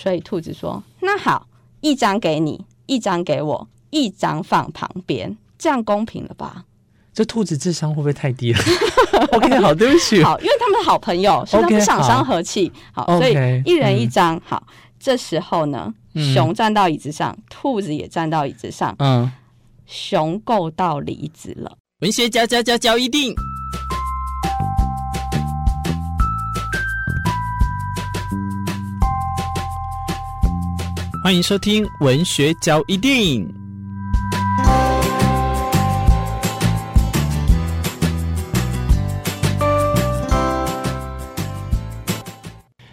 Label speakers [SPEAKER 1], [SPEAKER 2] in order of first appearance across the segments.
[SPEAKER 1] 所以兔子说：“那好，一张给你，一张给我，一张放旁边，这样公平了 吧
[SPEAKER 2] 这兔子智商会不会太低了 ？OK，好，对不？”起。
[SPEAKER 1] 好，因为他们是好朋友，所以他们
[SPEAKER 2] OK，
[SPEAKER 1] 不想伤和气。好，所以
[SPEAKER 2] OK，
[SPEAKER 1] 一人一
[SPEAKER 2] 嗯
[SPEAKER 1] 张。好，这时候呢，
[SPEAKER 2] 嗯
[SPEAKER 1] 熊站到椅子上，兔子也站到椅子上，
[SPEAKER 2] 嗯，
[SPEAKER 1] 熊够到梨子了。
[SPEAKER 3] 文学家家家教一定。欢迎收听《文学交一定》。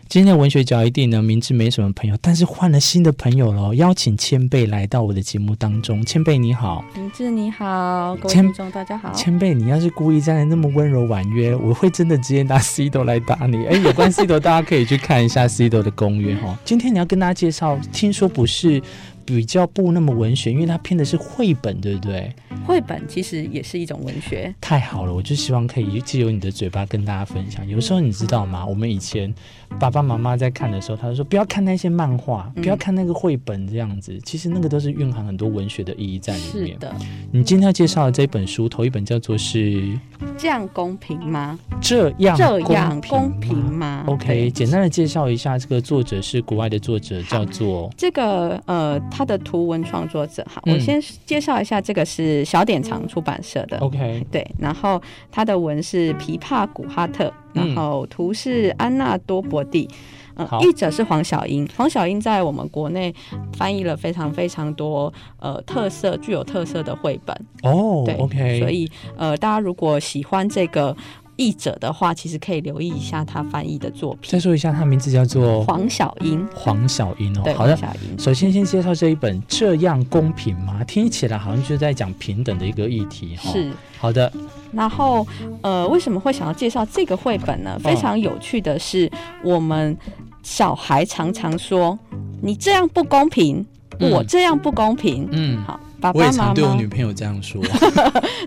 [SPEAKER 2] 今天的文学角一定呢，明知没什么朋友，但是换了新的朋友了，邀请千贝来到我的节目当中。千贝你好，
[SPEAKER 1] 明志你好，各位
[SPEAKER 2] 千
[SPEAKER 1] 听众大家好。
[SPEAKER 2] 千贝，你要是故意站在那么温柔婉 约，我会真的直接拿 C 豆来打你。哎，有关 C 豆，大家可以去看一下 C 豆的公约哈。今天你要跟大家介绍，听说不是比较不那么文学，因为它偏的是绘本，对不对？
[SPEAKER 1] 绘本其实也是一种文学，
[SPEAKER 2] 太好了，我就希望可以借由你的嘴巴跟大家分享。有时候你知道吗？我们以前爸爸妈妈在看的时候，他就说不要看那些漫画，
[SPEAKER 1] 嗯
[SPEAKER 2] 不要看那个绘本这样子。其实那个都是蕴含很多文学的意义在里
[SPEAKER 1] 是
[SPEAKER 2] 面。
[SPEAKER 1] 的，
[SPEAKER 2] 你今天要介绍的这本书，头一本叫做是
[SPEAKER 1] 这样公平吗？
[SPEAKER 2] 这样
[SPEAKER 1] 这样公
[SPEAKER 2] 公
[SPEAKER 1] 平
[SPEAKER 2] 吗
[SPEAKER 1] 吗
[SPEAKER 2] OK，
[SPEAKER 1] 对
[SPEAKER 2] 简单的介绍一下，这个作者是国外的作者，叫做
[SPEAKER 1] 这个呃，他的图文创作者哈，
[SPEAKER 2] 嗯
[SPEAKER 1] 我先介绍一下，这个是小典藏出版社的。
[SPEAKER 2] OK，
[SPEAKER 1] 嗯对，然后他的文是琵琶古哈特，
[SPEAKER 2] 嗯
[SPEAKER 1] 然后图是安娜多伯蒂，嗯、
[SPEAKER 2] 好
[SPEAKER 1] 译者是黄小英。黄小英在我们国内翻译了非常非常多呃特色、具有特色的绘本，
[SPEAKER 2] 哦
[SPEAKER 1] 对
[SPEAKER 2] ，OK，
[SPEAKER 1] 所以呃，大家如果喜欢这个译者的话，其实可以留意一下他翻译的作
[SPEAKER 2] 再
[SPEAKER 1] 品。
[SPEAKER 2] 说一下，他名字叫做
[SPEAKER 1] 黄小英，
[SPEAKER 2] 黄小英
[SPEAKER 1] 对，
[SPEAKER 2] 哦。好
[SPEAKER 1] 黄
[SPEAKER 2] 的，
[SPEAKER 1] 小英，
[SPEAKER 2] 首先先介绍这一本《这样公平吗》，听起来好像就是在讲平等的一个议题哈、
[SPEAKER 1] 是。
[SPEAKER 2] 好的，
[SPEAKER 1] 然后，呃，为什么会想要介绍这个绘本
[SPEAKER 2] 嗯
[SPEAKER 1] 呢？非常有趣的是，我们小孩常常说：“你这样不公平，
[SPEAKER 2] 嗯
[SPEAKER 1] 我这样不公平。
[SPEAKER 2] 嗯，
[SPEAKER 1] 好，爸
[SPEAKER 2] 我也
[SPEAKER 1] 爸妈
[SPEAKER 2] 常
[SPEAKER 1] 妈
[SPEAKER 2] 对我女朋友这 样说。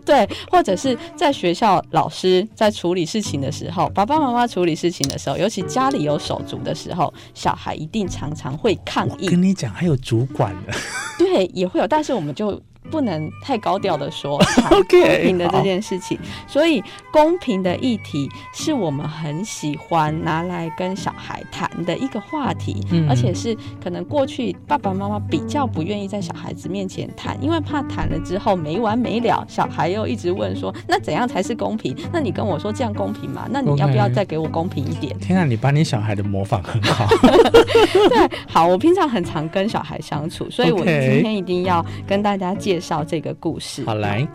[SPEAKER 1] 对，或者是在学校老师在处理事情的时候，爸爸妈妈处理事情的时候，尤其家里有手足的时候，小孩一定常常会抗
[SPEAKER 2] 我
[SPEAKER 1] 议，
[SPEAKER 2] 跟你讲，还有主管的。
[SPEAKER 1] 对，也会有，但是我们就不能太高调的 说好公
[SPEAKER 2] OK，
[SPEAKER 1] 平的这件事情，所以公平的议题是我们很喜欢拿来跟小孩谈的一个话题，
[SPEAKER 2] 嗯
[SPEAKER 1] 而且是可能过去爸爸妈妈比较不愿意在小孩子面前谈，因为怕谈了之后没完没了，小孩又一直问说那怎样才是公平？那你跟我说这样公平吗？那你要不要
[SPEAKER 2] OK
[SPEAKER 1] 再给我公平一点？
[SPEAKER 2] 天啊，你把你小孩的模仿很 好。
[SPEAKER 1] 对， 好，我平常很常跟小孩相处，所以我
[SPEAKER 2] OK
[SPEAKER 1] 今天一定要跟大家介绍这个故事。
[SPEAKER 2] 好来，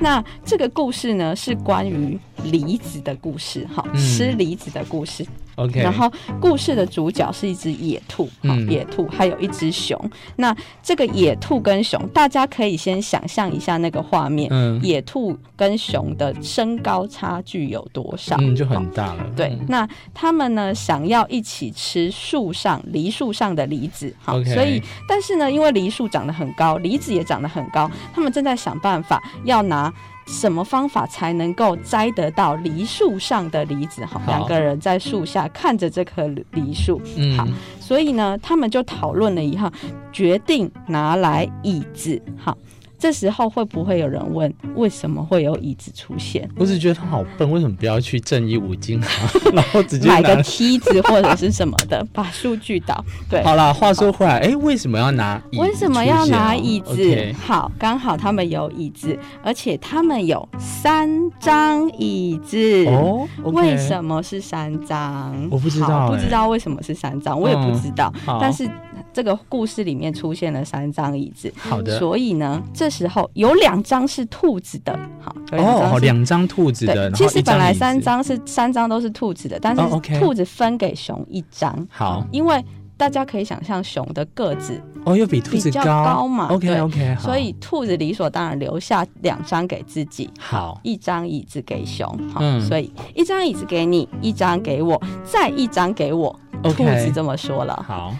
[SPEAKER 1] 那这个故事呢，是关于梨子的故事，哈，
[SPEAKER 2] 嗯
[SPEAKER 1] 吃梨子的故事。
[SPEAKER 2] ，OK，
[SPEAKER 1] 然后故事的主角是一只野兔，哈、
[SPEAKER 2] 嗯
[SPEAKER 1] 野兔还有一只熊。那这个野兔跟熊，大家可以先想象一下那个画面，
[SPEAKER 2] 嗯
[SPEAKER 1] 野兔跟熊的身高差距有多少？
[SPEAKER 2] 嗯就很大了。
[SPEAKER 1] 对，那他们呢想要一起吃树上梨树上的梨子，好
[SPEAKER 2] OK
[SPEAKER 1] 所以但是呢，因为梨树长得很高，梨子也长得很高，他们正在想办法要拿。什么方法才能够摘得到梨树上的梨子？好，
[SPEAKER 2] 好
[SPEAKER 1] 两个人在树下看着这棵梨树，
[SPEAKER 2] 嗯
[SPEAKER 1] 好所以呢，他们就讨论了一下，决定拿来椅子。好，这时候会不会有人问，为什么会有椅子出现？
[SPEAKER 2] 我只觉得他好笨，为什么不要去正义五金行， 然后直接
[SPEAKER 1] 买
[SPEAKER 2] 拿
[SPEAKER 1] 个梯子或者是什么 的，把数据导对。
[SPEAKER 2] 好啦，话说回来，哎，为什么要拿椅子出现啊？
[SPEAKER 1] 为什么要拿椅子
[SPEAKER 2] OK，
[SPEAKER 1] 好，刚好他们有椅子，而且他们有三张椅子。
[SPEAKER 2] 哦，OK，
[SPEAKER 1] 为什么是三张？
[SPEAKER 2] 我不知道
[SPEAKER 1] 好
[SPEAKER 2] 欸嗯
[SPEAKER 1] 不知道为什么是三张，我也不知道。
[SPEAKER 2] 好
[SPEAKER 1] 但是这个故事里面出现了三张椅子，
[SPEAKER 2] 好的，
[SPEAKER 1] 所以呢，这时候有两张是兔子的，好，有两
[SPEAKER 2] 哦，
[SPEAKER 1] 张
[SPEAKER 2] 好
[SPEAKER 1] 是
[SPEAKER 2] 两张兔子
[SPEAKER 1] 对，
[SPEAKER 2] 的，然后
[SPEAKER 1] 其实
[SPEAKER 2] 一张
[SPEAKER 1] 本来
[SPEAKER 2] 椅子
[SPEAKER 1] 三。张是三张都是兔子的，但
[SPEAKER 2] 哦，OK
[SPEAKER 1] 是兔子分给熊一张。
[SPEAKER 2] 好
[SPEAKER 1] 因为大家可以想象熊的个子，
[SPEAKER 2] 哦，又比兔子
[SPEAKER 1] 比较
[SPEAKER 2] 高
[SPEAKER 1] 高嘛
[SPEAKER 2] OK
[SPEAKER 1] 对
[SPEAKER 2] OK，好，
[SPEAKER 1] 所以兔子理所当然留下两张给自己。
[SPEAKER 2] 好，
[SPEAKER 1] 一张椅子给熊，好，
[SPEAKER 2] 嗯
[SPEAKER 1] 所以一张椅子给你，一张给我，再一张给我。
[SPEAKER 2] OK
[SPEAKER 1] 兔子这么说了。
[SPEAKER 2] 好，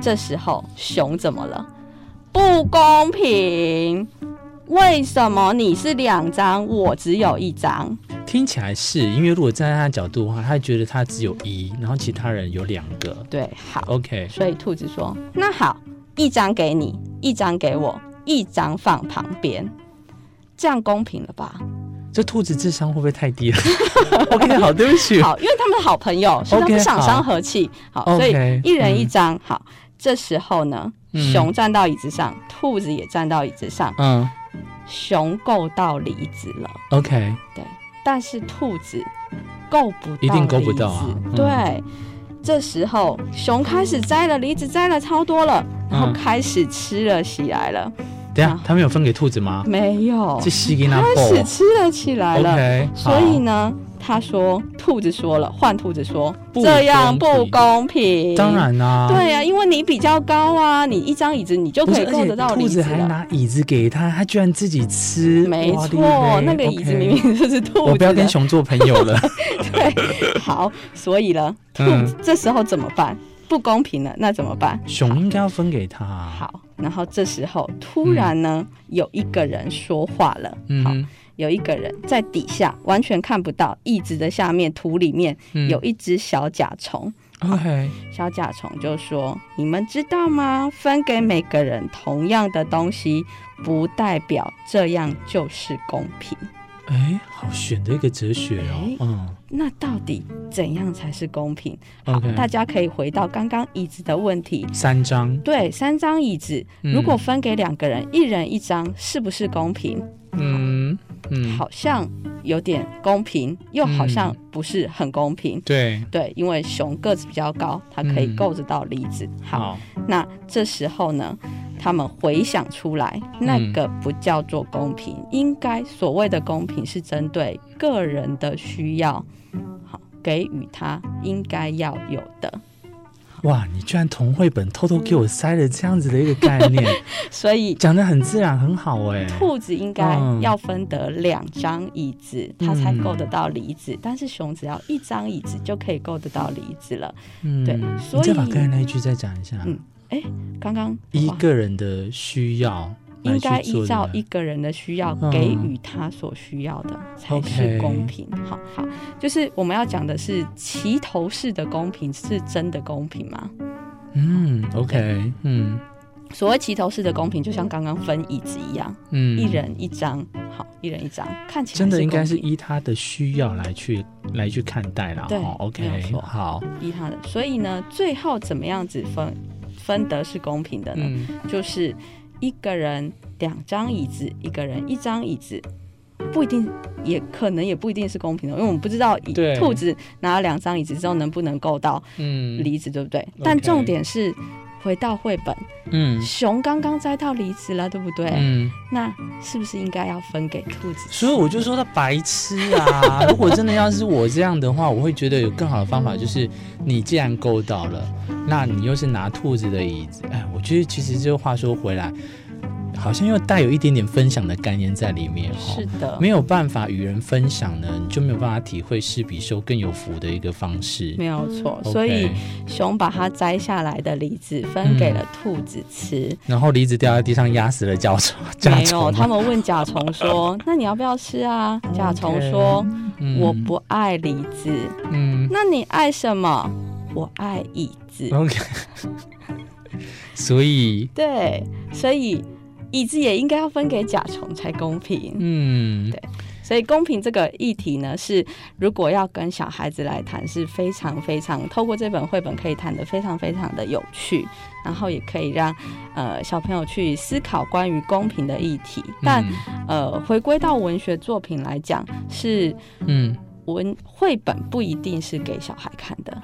[SPEAKER 1] 这时候熊怎么了？不公平！为什么你是两张，我只有一张？
[SPEAKER 2] 听起来是因为如果站在他的角度的话，他会觉得他只有一，然后其他人有两个。
[SPEAKER 1] 对，好。
[SPEAKER 2] OK，
[SPEAKER 1] 所以兔子说：“那好，一张给你，一张给我，一张放旁边，这样公平了 吧
[SPEAKER 2] 这兔子智商会不会太低了？OK，好，对不？”起。
[SPEAKER 1] 好，因为他们是好朋友，所以他
[SPEAKER 2] OK，
[SPEAKER 1] 们想
[SPEAKER 2] 好
[SPEAKER 1] 伤和气。好，所以
[SPEAKER 2] OK，
[SPEAKER 1] 一人一
[SPEAKER 2] 嗯
[SPEAKER 1] 张。好，这时候呢，
[SPEAKER 2] 嗯
[SPEAKER 1] 熊站到椅子上，兔子也站到椅子上。
[SPEAKER 2] 嗯
[SPEAKER 1] 熊够到梨子了，
[SPEAKER 2] ，OK，
[SPEAKER 1] 但是兔子够不到，
[SPEAKER 2] 一定够不到啊嗯
[SPEAKER 1] 对，这时候熊开始摘了梨子，摘了超多了，然后
[SPEAKER 2] 嗯
[SPEAKER 1] 开始吃了起来了。
[SPEAKER 2] 等一下
[SPEAKER 1] 好
[SPEAKER 2] 他们有分给兔子吗？
[SPEAKER 1] 没有，
[SPEAKER 2] 这西给那
[SPEAKER 1] 哦开始
[SPEAKER 2] 爆。
[SPEAKER 1] 吃了起来了。
[SPEAKER 2] 哦 OK，
[SPEAKER 1] 所以
[SPEAKER 2] 好
[SPEAKER 1] 呢，他说兔子说了，换兔子说
[SPEAKER 2] 不
[SPEAKER 1] 这样
[SPEAKER 2] 公
[SPEAKER 1] 不
[SPEAKER 2] 平
[SPEAKER 1] 公平。
[SPEAKER 2] 当。然啊啦、
[SPEAKER 1] 对呀、因为你比较高啊，你一张椅子你就
[SPEAKER 2] 不
[SPEAKER 1] 可
[SPEAKER 2] 是，
[SPEAKER 1] 以
[SPEAKER 2] 而
[SPEAKER 1] 够
[SPEAKER 2] 且
[SPEAKER 1] 得到
[SPEAKER 2] 兔
[SPEAKER 1] 梨子
[SPEAKER 2] 子还
[SPEAKER 1] 了。
[SPEAKER 2] 拿椅子给他，他居然自己吃，
[SPEAKER 1] 没
[SPEAKER 2] 哇
[SPEAKER 1] 错
[SPEAKER 2] 嘞，
[SPEAKER 1] 那个椅子
[SPEAKER 2] OK
[SPEAKER 1] 明明就是兔子的。
[SPEAKER 2] 我不要跟熊做朋友了。
[SPEAKER 1] 对，好，所以呢，兔
[SPEAKER 2] 嗯
[SPEAKER 1] 子这时候怎么办？不公平了，那怎么办？
[SPEAKER 2] 熊应该要分给他。，
[SPEAKER 1] 好，然后这时候突然呢，有一个人说话了。好，
[SPEAKER 2] 嗯，
[SPEAKER 1] 有一个人在底下完全看不到，椅子的下面土里面
[SPEAKER 2] 嗯
[SPEAKER 1] 有一只小甲虫。
[SPEAKER 2] OK，
[SPEAKER 1] 小甲虫就说：“你们知道吗？分给每个人同样的东西，不代表这样就是公平。
[SPEAKER 2] 哎，好选的一个哲学哦
[SPEAKER 1] 哎。
[SPEAKER 2] 嗯
[SPEAKER 1] 那到底怎样才是公平？”好
[SPEAKER 2] ，OK，
[SPEAKER 1] 大家可以回到刚刚椅子的问题。
[SPEAKER 2] 三张，
[SPEAKER 1] 对，三张椅子，
[SPEAKER 2] 嗯
[SPEAKER 1] 如果分给两个人，一人一张，是不是公平？
[SPEAKER 2] 嗯嗯，
[SPEAKER 1] 好像有点公平，又好像不是很公平。
[SPEAKER 2] 对，
[SPEAKER 1] 对，因为熊个子比较高，它可以
[SPEAKER 2] 嗯
[SPEAKER 1] 够得到梨子。好，，那这时候呢，他们回想出来，
[SPEAKER 2] 嗯
[SPEAKER 1] 那个不叫做公平，应该所谓的公平是针对个人的需要，好给予他应该要有的。
[SPEAKER 2] 哇，你居然同绘本偷偷给我塞了这样子的一个概念，
[SPEAKER 1] 所以
[SPEAKER 2] 讲的很自然，很好哎。
[SPEAKER 1] 兔子应该
[SPEAKER 2] 嗯
[SPEAKER 1] 要分得两张椅子，它才够得到梨子，但是熊只要一张椅子就可以够得到梨子了。
[SPEAKER 2] 嗯
[SPEAKER 1] 对所以
[SPEAKER 2] 你再把刚才那一句再讲一下，
[SPEAKER 1] 嗯刚刚
[SPEAKER 2] 一
[SPEAKER 1] 哇
[SPEAKER 2] 个人的需要来
[SPEAKER 1] 应该
[SPEAKER 2] 去做
[SPEAKER 1] 依照
[SPEAKER 2] 的
[SPEAKER 1] 一个人的需要
[SPEAKER 2] 嗯
[SPEAKER 1] 给予他所需要的，才是
[SPEAKER 2] OK
[SPEAKER 1] 公平。好好，就是我们要讲的是齐头式的公平是真的公平吗？
[SPEAKER 2] 嗯，OK，嗯
[SPEAKER 1] 所谓齐头式的公平，就像刚刚分椅子一样，
[SPEAKER 2] 嗯，
[SPEAKER 1] 一人一张，好，一人一张，看起来
[SPEAKER 2] 真的应该
[SPEAKER 1] 公
[SPEAKER 2] 是
[SPEAKER 1] 平
[SPEAKER 2] 依他的需要来去来去看待啦。
[SPEAKER 1] 对
[SPEAKER 2] 哦
[SPEAKER 1] 没有
[SPEAKER 2] ，OK，
[SPEAKER 1] 错
[SPEAKER 2] 好，
[SPEAKER 1] 依他的。所以呢，最后怎么样子分分得是公平的呢？
[SPEAKER 2] 嗯，
[SPEAKER 1] 就是一个人两张椅子，一个人一张椅子，不一定，也可能也不一定是公平的，因为我们不知道椅
[SPEAKER 2] 对
[SPEAKER 1] 兔子拿了两张椅子之后能不能够到
[SPEAKER 2] 嗯，
[SPEAKER 1] 梨子，对不对？但重点是。回到绘本，
[SPEAKER 2] 嗯
[SPEAKER 1] 熊刚刚摘到梨子了，对不对？
[SPEAKER 2] 嗯，
[SPEAKER 1] 那是不是应该要分给兔子？
[SPEAKER 2] 所以我就说他白痴啊！ 如果真的要是我这样的话，我会觉得有更好的方法，就是你既然勾到了，那你又是拿兔子的椅子，哎，我觉得其实这个话说回来，好像又带有一点点分享的概念在里面哦
[SPEAKER 1] 是。的，
[SPEAKER 2] 没有办法与人分享呢，你就没有办法体会施比受更有福的一个方式。
[SPEAKER 1] 没有错。
[SPEAKER 2] 哦 OK
[SPEAKER 1] 所以熊把它摘下来的梨子分给了兔子吃。
[SPEAKER 2] 然后梨子掉在地上压死了甲虫，嗯啊甲
[SPEAKER 1] 没
[SPEAKER 2] 虫
[SPEAKER 1] 有，
[SPEAKER 2] 吗
[SPEAKER 1] 他们问甲虫 说：“那你要不要吃啊？”甲虫说：“
[SPEAKER 2] 嗯
[SPEAKER 1] 我不爱梨子，
[SPEAKER 2] 嗯
[SPEAKER 1] 那你爱什么？我爱椅子。
[SPEAKER 2] ，OK，所以
[SPEAKER 1] 对，所以椅子也应该要分给甲虫才公平。
[SPEAKER 2] 嗯
[SPEAKER 1] 对所以公平这个议题呢，是如果要跟小孩子来谈，是非常非常透过这本绘本可以谈得非常非常的有趣，然后也可以让呃小朋友去思考关于公平的议题。
[SPEAKER 2] 嗯
[SPEAKER 1] 但呃，回归到文学作品来讲，是
[SPEAKER 2] 嗯
[SPEAKER 1] 文绘本不一定是给小孩看的，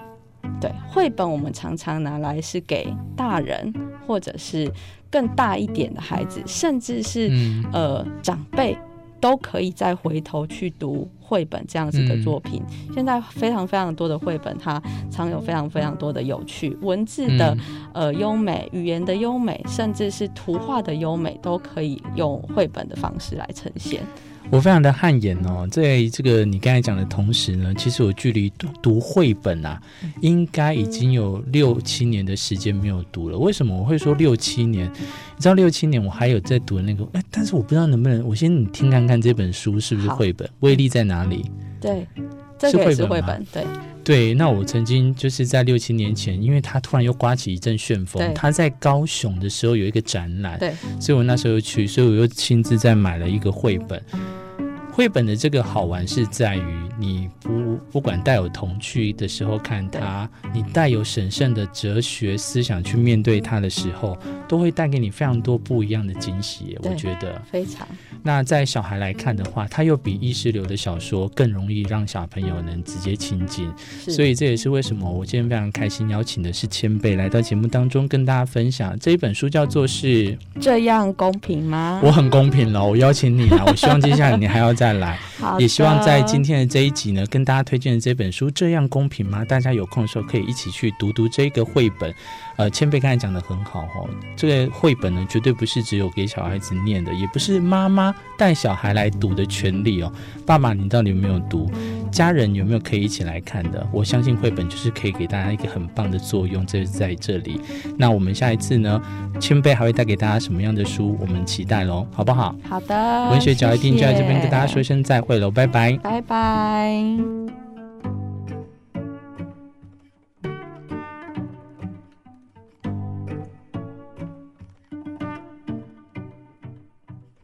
[SPEAKER 1] 对，绘本我们常常拿来是给大人或者是更大一点的孩子，甚至是、
[SPEAKER 2] 嗯
[SPEAKER 1] 呃长辈。都可以再回头去读绘本这样子
[SPEAKER 2] 嗯
[SPEAKER 1] 的作品。现在非常非常多的绘本，它藏有非常非常多的有趣文字
[SPEAKER 2] 嗯
[SPEAKER 1] 的、呃优美、语言的优美，甚至是图画的优美，都可以用绘本的方式来呈现。
[SPEAKER 2] 我非常的汗颜哦，在这个你刚才讲的同时呢，其实我距离读读绘本啊，应该已经有六七年的时间没有读了。为什么我会说六七年？你知道六七年我还有在读那个，哎，但是我不知道能不能，我先你听看看这本书是不是
[SPEAKER 1] 好
[SPEAKER 2] 绘本，威力在哪里？
[SPEAKER 1] 对，这个也是
[SPEAKER 2] 是绘
[SPEAKER 1] 绘
[SPEAKER 2] 本
[SPEAKER 1] 本，对，
[SPEAKER 2] 对，那我曾经就是在六七年前，因为他突然又刮起一阵旋风
[SPEAKER 1] 对，
[SPEAKER 2] 他在高雄的时候有一个展览，
[SPEAKER 1] 对，
[SPEAKER 2] 所以我那时候去，所以我又亲自再买了一个绘本。绘本的这个好玩是在于，你不不管带有童趣的时候看它，你带有神圣的哲学思想去面对它的时候，都会带给你非常多不一样的惊喜。我
[SPEAKER 1] 对
[SPEAKER 2] 觉得，
[SPEAKER 1] 非常
[SPEAKER 2] 那在小孩来看的话，它又比意识流的小说更容易让小朋友能直接亲近。
[SPEAKER 1] 是，
[SPEAKER 2] 所以这也是为什么我今天非常开心邀请的是千贝来到节目当中跟大家分享这一本书，叫做是
[SPEAKER 1] 这样公平吗？
[SPEAKER 2] 我很公平了，我邀请你了，我希望接下来你还要再来，
[SPEAKER 1] 好
[SPEAKER 2] 也希望在今
[SPEAKER 1] 天
[SPEAKER 2] 天的这一集呢，跟大家推荐的这本书《这样公平吗》，大家有空的时候可以一起去读读这个绘本。呃，千贝刚才讲的很好哦，这个绘本呢，绝对不是只有给小孩子念的，也不是妈妈带小孩来读的权利哦。爸爸，你到底有没有读？家人有没有可以一起来看的？我相信绘本就是可以给大家一个很棒的作用，这是在这里。那我们下一次呢，千贝还会带给大家什么样的书？我们期待喽，好不好？
[SPEAKER 1] 好的
[SPEAKER 2] 文学角一定就在这边跟大家
[SPEAKER 1] 谢
[SPEAKER 2] 说声再会喽，拜拜。
[SPEAKER 1] 谢拜拜。